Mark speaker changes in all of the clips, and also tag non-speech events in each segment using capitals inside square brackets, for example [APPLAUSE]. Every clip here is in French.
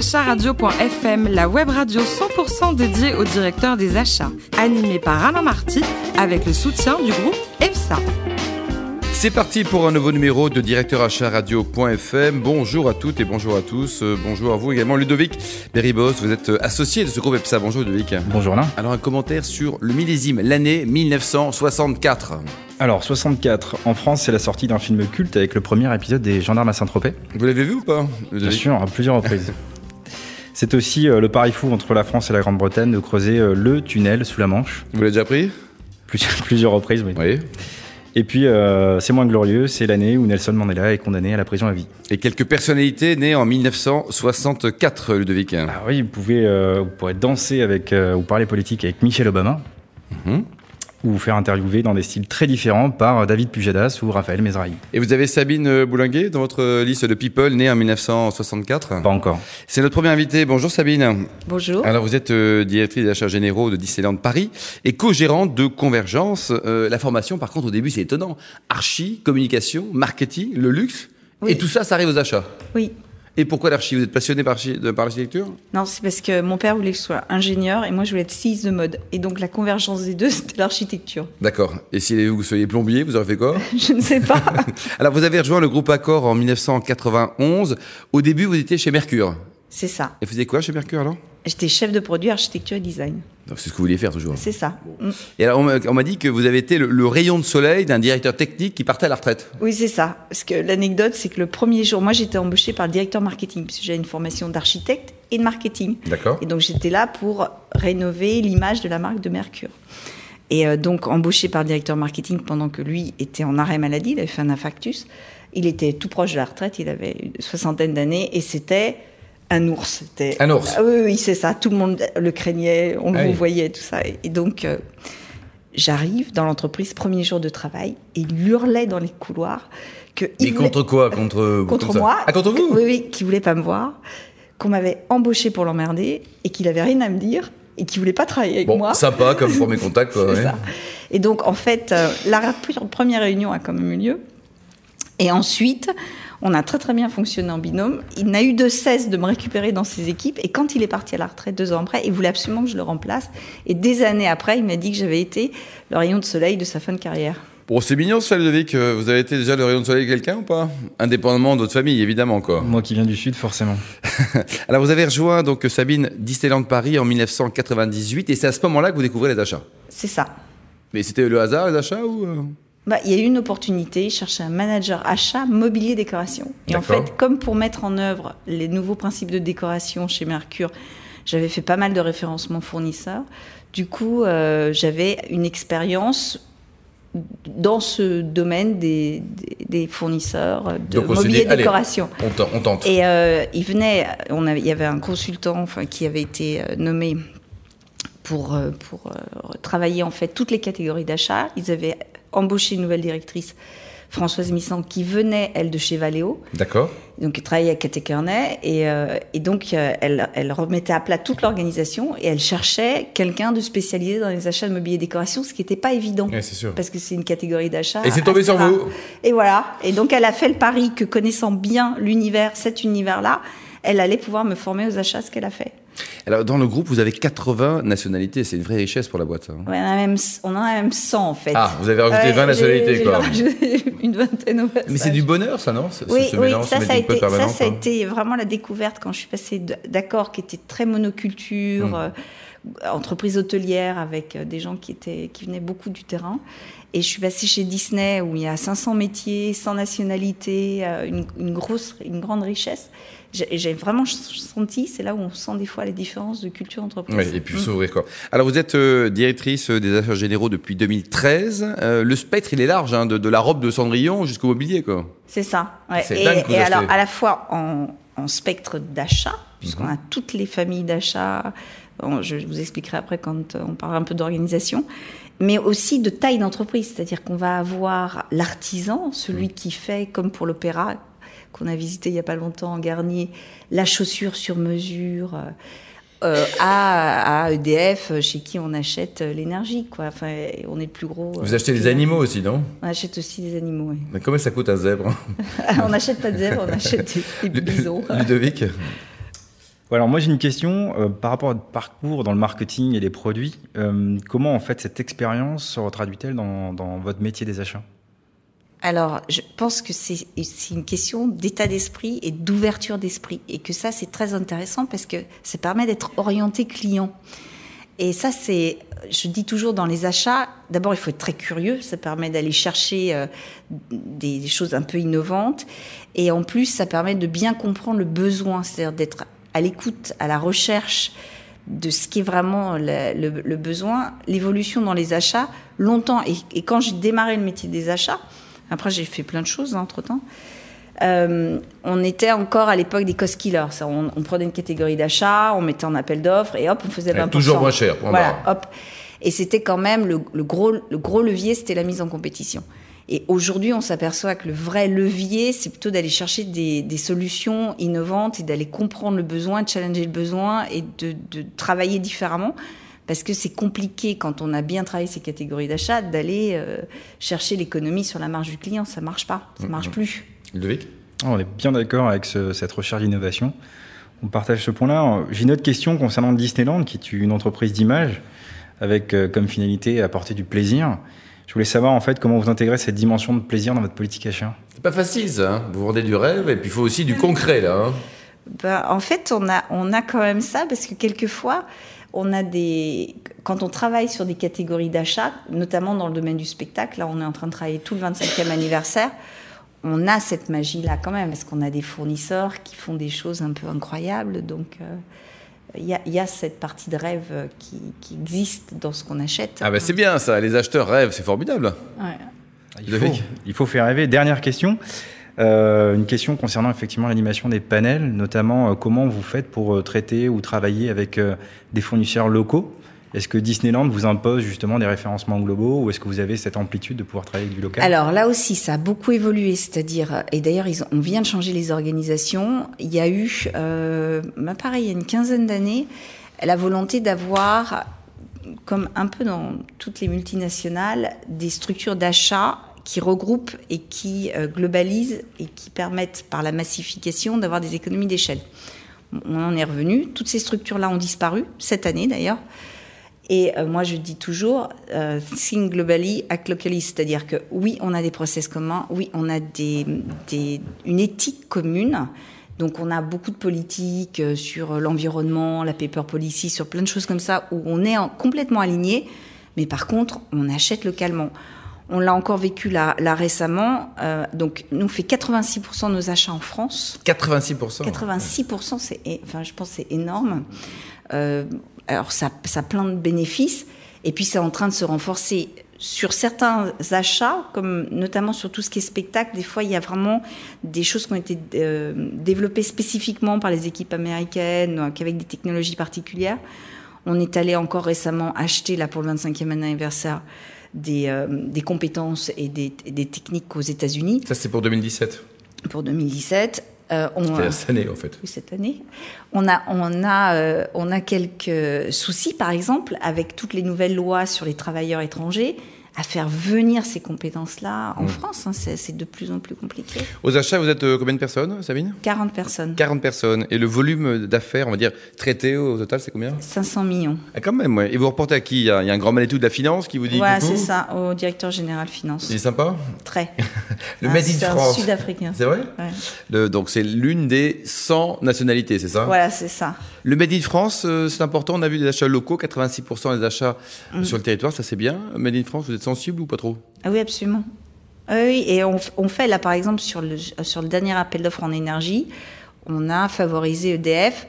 Speaker 1: directeurachat-radio.fm, la web radio 100% dédiée au directeur des achats, animée par Alain Marty avec le soutien du groupe EPSA.
Speaker 2: C'est parti pour un nouveau numéro de directeurachat-radio.fm. Bonjour à toutes et bonjour à tous. Euh, bonjour à vous également, Ludovic Beribos. Vous êtes euh, associé de ce groupe EPSA. Bonjour, Ludovic.
Speaker 3: Bonjour Alain.
Speaker 2: Alors, un commentaire sur le millésime, l'année 1964.
Speaker 3: Alors 64, en France c'est la sortie d'un film culte avec le premier épisode des Gendarmes à Saint-Tropez.
Speaker 2: Vous l'avez vu ou pas
Speaker 3: Bien sûr, à plusieurs [LAUGHS] reprises. C'est aussi euh, le pari fou entre la France et la Grande-Bretagne de creuser euh, le tunnel sous la Manche. [LAUGHS]
Speaker 2: Vous l'avez déjà pris
Speaker 3: Plusieurs, plusieurs reprises, oui.
Speaker 2: Oui.
Speaker 3: Et puis euh, c'est moins glorieux, c'est l'année où Nelson Mandela est condamné à la prison à vie.
Speaker 2: Et quelques personnalités nées en 1964, Ludovic.
Speaker 3: Ah oui, vous pouvez, euh, vous pourrez danser avec euh, ou parler politique avec Michelle Obama.
Speaker 2: Mhm.
Speaker 3: Ou vous faire interviewer dans des styles très différents par euh, David Pujadas ou Raphaël Mesrahi.
Speaker 2: Et vous avez Sabine euh, Boulinguet dans votre euh, liste de people née en 1964
Speaker 3: Pas encore.
Speaker 2: C'est notre première invitée. Bonjour Sabine.
Speaker 4: Bonjour.
Speaker 2: Alors vous êtes euh, directrice des achats généraux de Disneyland Paris et co-gérante de Convergence. Euh, la formation par contre au début c'est étonnant. Archi, communication, marketing, le luxe
Speaker 4: Oui.
Speaker 2: et tout ça ça arrive aux achats.
Speaker 4: Oui.
Speaker 2: Et pourquoi l'archi Vous êtes passionné par, archi- de- par l'architecture
Speaker 4: Non, c'est parce que mon père voulait que je sois ingénieur et moi je voulais être styliste de mode. Et donc la convergence des deux, [LAUGHS] c'était l'architecture.
Speaker 2: D'accord. Et si vous soyez plombier, vous aurez fait
Speaker 4: [LAUGHS]
Speaker 2: quoi
Speaker 4: Je ne sais pas.
Speaker 2: Alors vous avez rejoint le groupe Accor en 1991. Au début vous étiez chez Mercure.
Speaker 4: c'est ça.
Speaker 2: Et vous faisiez quoi chez Mercure alors
Speaker 4: J'étais chef de produit architecture et design.
Speaker 2: Donc, C'est ce que vous vouliez faire toujours.
Speaker 4: C'est ça. Mm.
Speaker 2: Et alors, on m'a- on m'a dit que vous avez été le, le rayon de soleil d'un directeur technique qui partait à la retraite.
Speaker 4: Oui, c'est ça. Parce que l'anecdote, c'est que le premier jour, moi j'étais embauchée par le directeur marketing, puisque j'avais une formation d'architecte et de marketing.
Speaker 2: D'accord.
Speaker 4: Et donc j'étais là pour rénover l'image de la marque de Mercure. Et euh, donc embauché par le directeur marketing pendant que lui était en arrêt maladie, il avait fait un infarctus, il était tout proche de la retraite, il avait une soixantaine d'années et c'était un ours. C'était-
Speaker 2: Un ours.
Speaker 4: Ah oui, oui, c'est ça. Tout le monde le craignait, on
Speaker 2: Ah
Speaker 4: le
Speaker 2: oui.
Speaker 4: voyait, tout ça. Et donc euh, j'arrive dans l'entreprise, premier jour de travail, et il hurlait dans les couloirs que... il voulait-
Speaker 2: quoi Contre,
Speaker 4: contre moi.
Speaker 2: Ah, contre vous
Speaker 4: Oui, oui, qui voulait pas me voir, qu'on m'avait embauché pour l'emmerder et qu'il avait rien à me dire et qu'il voulait pas travailler avec
Speaker 2: Bon,
Speaker 4: moi.
Speaker 2: sympa comme premier
Speaker 4: [LAUGHS]
Speaker 2: contact. Quoi,
Speaker 4: C'est
Speaker 2: ouais.
Speaker 4: ça. Et donc, en fait, euh, la rap- première réunion a quand même eu lieu. Et ensuite, on a très très bien fonctionné en binôme. Il n'a eu de cesse de me récupérer dans ses équipes. Et quand il est parti à la retraite deux ans après, il voulait absolument que je le remplace. Et des années après, il m'a dit que j'avais été le rayon de soleil de sa fin de carrière.
Speaker 2: Bon, c'est mignon ça, Ludovic. Euh, Vous avez été déjà le rayon de soleil de quelqu'un ou pas Indépendamment de votre famille, évidemment, quoi.
Speaker 3: Moi qui viens du Sud, forcément.
Speaker 2: Alors, vous avez rejoint donc Sabine Disneyland Paris en 1998 et c'est à ce moment-là que vous découvrez les achats.
Speaker 4: C'est ça.
Speaker 2: Mais c'était le hasard, les achats ou euh
Speaker 4: Bah, il y a eu une opportunité, je cherchais un manager achat mobilier décoration. Et en
Speaker 2: D'accord.
Speaker 4: fait, comme pour mettre en œuvre les nouveaux principes de décoration chez Mercure, j'avais fait pas mal de référencements fournisseurs. Du coup, euh, j'avais une expérience dans ce domaine des, des, des fournisseurs de
Speaker 2: Donc on s'est
Speaker 4: mobilier
Speaker 2: dit, allez.
Speaker 4: décoration.
Speaker 2: on, tente- on tente.
Speaker 4: Et euh, il venait, on avait, il y avait un consultant enfin, qui avait été euh, nommé pour, euh, pour euh, travailler en fait toutes les catégories d'achat. Ils avaient embauché une nouvelle directrice, Françoise Missan, qui venait, elle, de chez Valeo.
Speaker 2: D'accord.
Speaker 4: Donc, elle travaillait à Catékernet. Et, euh, et donc, euh, elle, elle remettait à plat toute l'organisation et elle cherchait quelqu'un de spécialisé dans les achats de mobilier et décoration, ce qui n'était pas évident.
Speaker 2: c'est sûr.
Speaker 4: Parce que c'est une catégorie d'achat.
Speaker 2: Et c'est tombé
Speaker 4: assez
Speaker 2: sur
Speaker 4: rare.
Speaker 2: vous.
Speaker 4: Et voilà. Et donc, elle a fait le pari que connaissant bien l'univers, cet univers-là, elle allait pouvoir me former aux achats, ce qu'elle a fait.
Speaker 2: Alors, dans le groupe, vous avez 80 nationalités. C'est une vraie richesse pour la boîte. ça, hein.
Speaker 4: Ouais, on, en a même, on en a même 100, en fait.
Speaker 2: Ah, vous avez rajouté
Speaker 4: Ouais,
Speaker 2: 20
Speaker 4: j'ai-
Speaker 2: nationalités,
Speaker 4: j'ai
Speaker 2: quoi.
Speaker 4: rajouté une vingtaine au passage.
Speaker 2: Mais c'est du bonheur, ça, non ce- ce-
Speaker 4: Oui,
Speaker 2: ce
Speaker 4: oui,
Speaker 2: mélange,
Speaker 4: ça,
Speaker 2: ce
Speaker 4: ça a,
Speaker 2: melting pot
Speaker 4: été, ça,
Speaker 2: permanent,
Speaker 4: ça a
Speaker 2: quoi.
Speaker 4: été vraiment la découverte quand je suis passée de- d'accord qui était très monoculture,
Speaker 2: Mm.
Speaker 4: euh, entreprise hôtelière avec euh, des gens qui, étaient, qui venaient beaucoup du terrain. Et je suis passée chez Disney où il y a 500 métiers, 100 nationalités, euh, une, une grosse, une grande richesse. J'ai et j'ai vraiment ch- senti, c'est là où on sent des fois les différences de culture entreprise.
Speaker 2: Ouais, et puis
Speaker 4: Mm.
Speaker 2: s'ouvrir quoi. Alors vous êtes euh, directrice euh, des achats généraux depuis 2013. Euh, le spectre il est large, hein, de, de la robe de Cendrillon jusqu'au mobilier quoi.
Speaker 4: C'est ça. ouais.
Speaker 2: C'est
Speaker 4: Et,
Speaker 2: dingue que vous
Speaker 4: et alors,
Speaker 2: achetez.
Speaker 4: à la fois en, en spectre d'achat, puisqu'on
Speaker 2: Mhm.
Speaker 4: a toutes les familles d'achat, Bon, je vous expliquerai après quand euh, on parlera un peu d'organisation, mais aussi de taille d'entreprise, c'est-à-dire qu'on va avoir l'artisan, celui qui fait, comme pour l'opéra, qu'on a visité il n'y a pas longtemps en Garnier, la chaussure sur mesure. euh, euh, à, à EDF, chez qui on achète euh, l'énergie, quoi. Enfin, on est le plus gros. euh,
Speaker 2: Vous achetez des
Speaker 4: client.
Speaker 2: animaux aussi, non
Speaker 4: On achète aussi des animaux. oui.
Speaker 2: Mais Combien ça coûte un zèbre
Speaker 4: [LAUGHS] on n'achète pas de zèbres, on achète des, des bisons.
Speaker 2: Ludovic
Speaker 3: Ouais, alors moi j'ai une question euh, par rapport au parcours dans le marketing et les produits. Euh, comment en fait cette expérience se retraduit-elle dans, dans votre métier des achats
Speaker 4: Alors, je pense que c'est c'est une question d'état d'esprit et d'ouverture d'esprit. Et que ça, c'est très intéressant parce que ça permet d'être orienté client. Et ça, c'est, je dis toujours dans les achats, d'abord, il faut être très curieux. Ça permet d'aller chercher euh, des, des choses un peu innovantes. Et en plus, ça permet de bien comprendre le besoin, c'est-à-dire d'être à l'écoute, à la recherche de ce qui est vraiment le, le- le besoin. L'évolution dans les achats, longtemps, et, et quand j'ai démarré le métier des achats, après, j'ai fait plein de choses hein, entre-temps. Euh, on était encore à l'époque des cost killers. Ça, On, on prenait une catégorie d'achat, on mettait en appel d'offres et hop, on faisait
Speaker 2: Ouais,
Speaker 4: 20%.
Speaker 2: toujours moins cher, point
Speaker 4: Voilà,
Speaker 2: barre.
Speaker 4: hop. Et c'était quand même le, le gros, le gros levier, c'était la mise en compétition. Et aujourd'hui, on s'aperçoit que le vrai levier, c'est plutôt d'aller chercher des, des solutions innovantes et d'aller comprendre le besoin, de challenger le besoin et de, de travailler différemment. Parce que c'est compliqué, quand on a bien travaillé ces catégories d'achat, d'aller euh, chercher l'économie sur la marge du client. Ça marche pas, ça marche plus.
Speaker 2: Ludovic
Speaker 3: Ah, On est bien d'accord avec ce- cette recherche d'innovation. On partage ce point-là. Euh, J'ai une autre question concernant Disneyland, qui est une entreprise d'image, avec euh, comme finalité apporter du plaisir. Je voulais savoir en fait comment vous intégrez cette dimension de plaisir dans votre politique achat.
Speaker 2: C'est pas facile ça. hein. Vous vendez du rêve et puis il faut aussi du concret là. hein.
Speaker 4: Ben, en fait, on a, on a quand même ça parce que quelquefois, on a des, quand on travaille sur des catégories d'achat, notamment dans le domaine du spectacle, là, on est en train de travailler tout le 25e anniversaire. On a cette magie-là quand même parce qu'on a des fournisseurs qui font des choses un peu incroyables. Donc, euh, il y, a, il y a cette partie de rêve euh, qui, qui existe dans ce qu'on achète.
Speaker 2: Ah bah c'est bien ça. Les acheteurs rêvent, c'est formidable.
Speaker 4: Ouais.
Speaker 3: Il faut,
Speaker 2: Ludovic.
Speaker 3: il faut faire rêver. Dernière question. Euh, une question concernant effectivement l'animation des panels, notamment euh, comment vous faites pour euh, traiter ou travailler avec euh, des fournisseurs locaux. Est-ce que Disneyland vous impose justement des référencements globaux ou est-ce que vous avez cette amplitude de pouvoir travailler avec du local
Speaker 4: Alors là aussi, ça a beaucoup évolué, c'est-à-dire, et d'ailleurs, ils ont- on vient de changer les organisations. Il y a eu, euh, bah, pareil, il y a une quinzaine d'années, la volonté d'avoir, comme un peu dans toutes les multinationales, des structures d'achat qui regroupent et qui euh, globalisent et qui permettent, par la massification, d'avoir des économies d'échelle. On en est revenu. Toutes ces structures-là ont disparu, cette année d'ailleurs. Et euh, moi, je dis toujours, euh, think globally, act locally. C'est-à-dire que oui, on a des process communs, oui, on a des, des- une éthique commune. Donc, on a beaucoup de politiques euh, sur l'environnement, la paper policy, sur plein de choses comme ça, où on est en- complètement aligné. Mais par contre, on achète localement. On l'a encore vécu là, là récemment. euh, donc, nous, on fait 86% de nos achats en France.
Speaker 2: 86%.
Speaker 4: 86%, c'est, é- enfin, je pense que c'est énorme. Euh, alors, ça, ça a plein de bénéfices. Et puis, c'est en train de se renforcer sur certains achats, comme notamment sur tout ce qui est spectacle. Des fois, il y a vraiment des choses qui ont été euh, développées spécifiquement par les équipes américaines, donc avec des technologies particulières. On est allé encore récemment acheter, là, pour le 25e anniversaire, des, euh, des compétences et des, et des techniques aux États-Unis
Speaker 2: Ça c'est pour 2017.
Speaker 4: pour 2017. Euh, on,
Speaker 2: C'est cette année en fait.
Speaker 4: oui, cette année. On a, on, a, euh, on a quelques soucis, par exemple, avec toutes les nouvelles lois sur les travailleurs étrangers, à faire venir ces compétences-là
Speaker 2: Mmh.
Speaker 4: en France. hein. c'est c'est de plus en plus compliqué.
Speaker 2: Aux achats, vous êtes euh, combien de personnes, Sabine
Speaker 4: 40 personnes,
Speaker 2: 40 personnes. Et le volume d'affaires, on va dire, traité au total, c'est combien
Speaker 4: 500 millions.
Speaker 2: Ah, quand même, ouais. Et vous reportez à qui Il y, a il y a un grand malétou de la finance qui vous dit.
Speaker 4: Voilà,
Speaker 2: coucou
Speaker 4: c'est ça, au directeur général finance.
Speaker 2: Il est sympa
Speaker 4: Très.
Speaker 2: Le
Speaker 4: Ah,
Speaker 2: Made in
Speaker 4: c'est un
Speaker 2: France.
Speaker 4: sud-africain.
Speaker 2: C'est vrai
Speaker 4: Ouais.
Speaker 2: Le- Donc c'est l'une des 100 nationalités, c'est ça
Speaker 4: Voilà, c'est ça.
Speaker 2: Le Made in France, euh, c'est important. On a vu des achats locaux, 86% des achats euh,
Speaker 4: Mm.
Speaker 2: sur le territoire, ça c'est bien. Made in France, vous êtes sensible ou pas trop
Speaker 4: Ah oui, absolument. Ah oui, et on, f- on fait là, par exemple, sur le, euh, sur le dernier appel d'offres en énergie, on a favorisé EDF.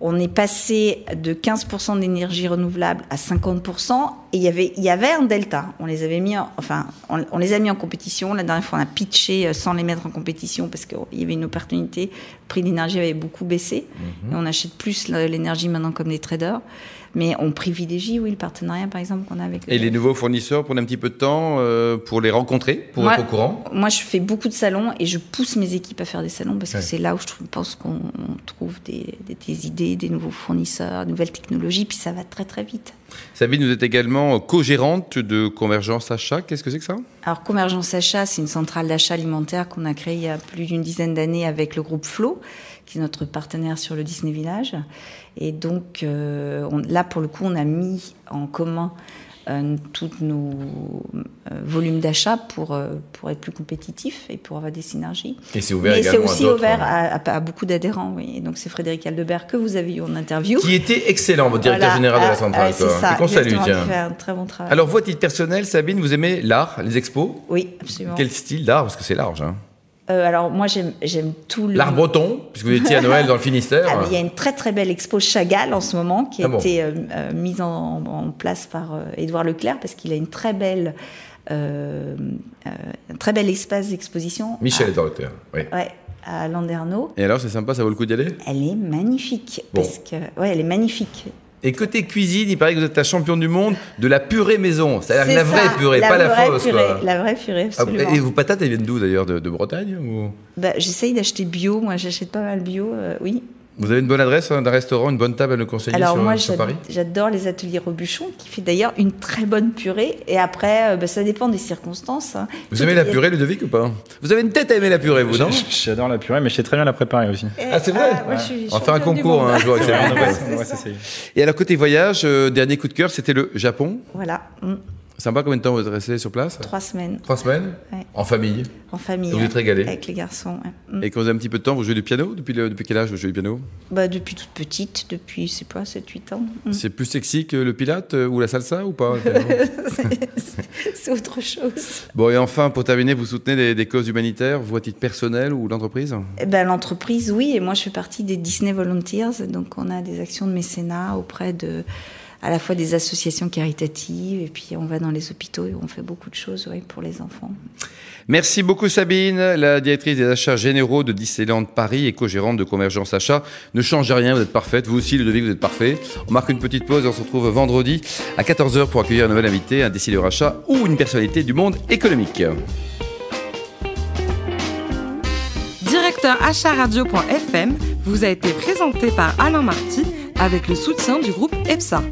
Speaker 4: On est passé de 15% d'énergie renouvelable à 50%, et il y avait, il y avait un delta. On les avait mis, en- enfin, on, on les a mis en compétition. La dernière fois, on a pitché euh, sans les mettre en compétition parce qu'il y avait une opportunité. Le prix de l'énergie avait beaucoup baissé.
Speaker 2: Mhm.
Speaker 4: Et on achète plus le- l'énergie maintenant comme des traders. Mais on privilégie, oui, le partenariat, par exemple, qu'on a avec E
Speaker 2: Et les nouveaux fournisseurs prennent un petit peu de temps euh, pour les rencontrer, pour
Speaker 4: Ouais.
Speaker 2: être au courant
Speaker 4: Moi, je fais beaucoup de salons et je pousse mes équipes à faire des salons parce
Speaker 2: Ouais.
Speaker 4: que c'est là où je trouve- pense qu'on on trouve des, des- des idées, des nouveaux fournisseurs, des nouvelles technologies, puis ça va très très vite.
Speaker 2: Sabine, vous êtes également co-gérante de Convergence Achat. Qu'est-ce que c'est que ça
Speaker 4: Alors, Convergence Achat, c'est une centrale d'achat alimentaire qu'on a créée il y a plus d'une dizaine d'années avec le groupe Flo, qui est notre partenaire sur le Disney Village. Et donc, euh, on- là, pour le coup, on a mis en commun euh, tous nos euh, volumes d'achat pour, euh, pour être plus compétitifs et pour avoir des synergies.
Speaker 5: Et c'est ouvert
Speaker 4: Mais c'est
Speaker 5: également à
Speaker 4: aussi
Speaker 5: d'autres. hein.
Speaker 4: ouvert à, à- à beaucoup d'adhérents. Oui. Et donc, c'est Frédéric Aldebert que vous avez eu en interview.
Speaker 5: Qui était excellent, votre directeur
Speaker 4: Voilà,
Speaker 5: général de
Speaker 4: ah,
Speaker 5: la centrale.
Speaker 4: ah,
Speaker 5: quoi.
Speaker 4: c'est ça,
Speaker 5: Et qu'on salue,
Speaker 4: exactement,
Speaker 5: tiens.
Speaker 4: qui fait un très bon travail.
Speaker 5: Alors, votre titre personnel, Sabine, vous aimez l'art, les expos
Speaker 4: oui, absolument.
Speaker 5: Quel style d'art Parce que c'est large. hein.
Speaker 4: Euh, alors, moi, j'aime- j'aime tout le...
Speaker 5: L'art breton, puisque vous étiez à Noël dans le Finistère.
Speaker 4: Ah, mais il y a une très très belle expo Chagall en ce moment qui a
Speaker 5: Ah bon
Speaker 4: été euh, euh, mise en, en place par euh, Édouard Leclerc parce qu'il a une très belle, euh, euh, un très bel espace d'exposition.
Speaker 5: Michel est dans le terrain, oui.
Speaker 4: À, ouais, à Landerneau.
Speaker 2: Et alors, c'est sympa, ça vaut le coup d'y aller
Speaker 4: Elle est magnifique
Speaker 5: Bon.
Speaker 4: parce que ouais, elle est magnifique.
Speaker 5: Et côté cuisine, il paraît que vous êtes la championne du monde de la purée maison. C'est-à-dire
Speaker 4: C'est
Speaker 5: la
Speaker 4: ça,
Speaker 5: vraie purée, pas la
Speaker 4: vraie
Speaker 5: fausse.
Speaker 4: purée,
Speaker 5: quoi.
Speaker 4: La vraie purée,
Speaker 5: Ah,
Speaker 4: absolument.
Speaker 5: et vos patates, elles viennent d'où d'ailleurs de, de Bretagne ou...
Speaker 4: Bah, J'essaye d'acheter bio. Moi, j'achète pas mal bio. euh, oui.
Speaker 2: Vous avez une bonne adresse hein, d'un restaurant, une bonne table à nous conseiller
Speaker 4: Alors
Speaker 2: sur,
Speaker 4: moi,
Speaker 2: sur
Speaker 4: j'ad-
Speaker 2: Paris
Speaker 4: j'adore les ateliers Robuchon, qui fait d'ailleurs une très bonne purée. Et après, euh, bah, ça dépend des circonstances. hein.
Speaker 2: Vous
Speaker 4: Tout
Speaker 2: aimez
Speaker 4: est-
Speaker 2: la purée, Ludovic, ou pas Vous avez une tête à aimer la purée, vous, non
Speaker 3: J- J'adore la purée, mais je sais très bien la préparer
Speaker 4: [LAUGHS]
Speaker 3: aussi.
Speaker 4: Eh,
Speaker 5: Ah, c'est vrai
Speaker 4: moi, je suis
Speaker 2: On va faire un
Speaker 4: championne du
Speaker 2: concours
Speaker 4: monde.
Speaker 2: hein, un jour avec
Speaker 3: Ouais,
Speaker 2: Sabine.
Speaker 3: on va-
Speaker 4: c'est
Speaker 3: on va
Speaker 4: ça.
Speaker 3: s'essayer.
Speaker 2: Et alors, côté voyage, euh, dernier coup de cœur, c'était le Japon.
Speaker 4: [LAUGHS] Voilà, mm,
Speaker 2: Sympa, combien de temps vous êtes resté sur place
Speaker 4: trois semaines
Speaker 5: Trois semaines
Speaker 4: Ouais.
Speaker 5: En famille.
Speaker 4: en famille.
Speaker 5: Vous vous
Speaker 4: hein,
Speaker 5: êtes régalé.
Speaker 4: Avec les garçons. ouais. Mm.
Speaker 2: Et quand vous avez un petit peu de temps, vous jouez du piano Depuis, le- depuis quel âge vous jouez du piano
Speaker 4: Bah, depuis toute petite, depuis, c'est pas, 7-8 ans. Mm.
Speaker 2: C'est plus sexy que le pilate euh, ou la salsa ou pas
Speaker 4: [LAUGHS] C'est- c'est- c'est autre chose.
Speaker 2: Bon, et enfin, pour terminer, vous soutenez des, des causes humanitaires, vous à titre personnel ou l'entreprise
Speaker 4: Eh ben, L'entreprise, oui, et moi je fais partie des Disney Volunteers, donc on a des actions de mécénat auprès de à la fois des associations caritatives, et puis on va dans les hôpitaux et on fait beaucoup de choses ouais, pour les enfants.
Speaker 2: Merci beaucoup Sabine, la directrice des achats généraux de Disneyland Paris et co-gérante de Convergence Achat. Ne changez rien, vous êtes parfaite. Vous aussi, Ludovic, vous êtes parfait. On marque une petite pause et on se retrouve vendredi à 14h pour accueillir un nouvel invité, un décideur achat ou une personnalité du monde économique.
Speaker 1: Directeur acharadio.fm vous a été présenté par Alain Marty avec le soutien du groupe EPSA.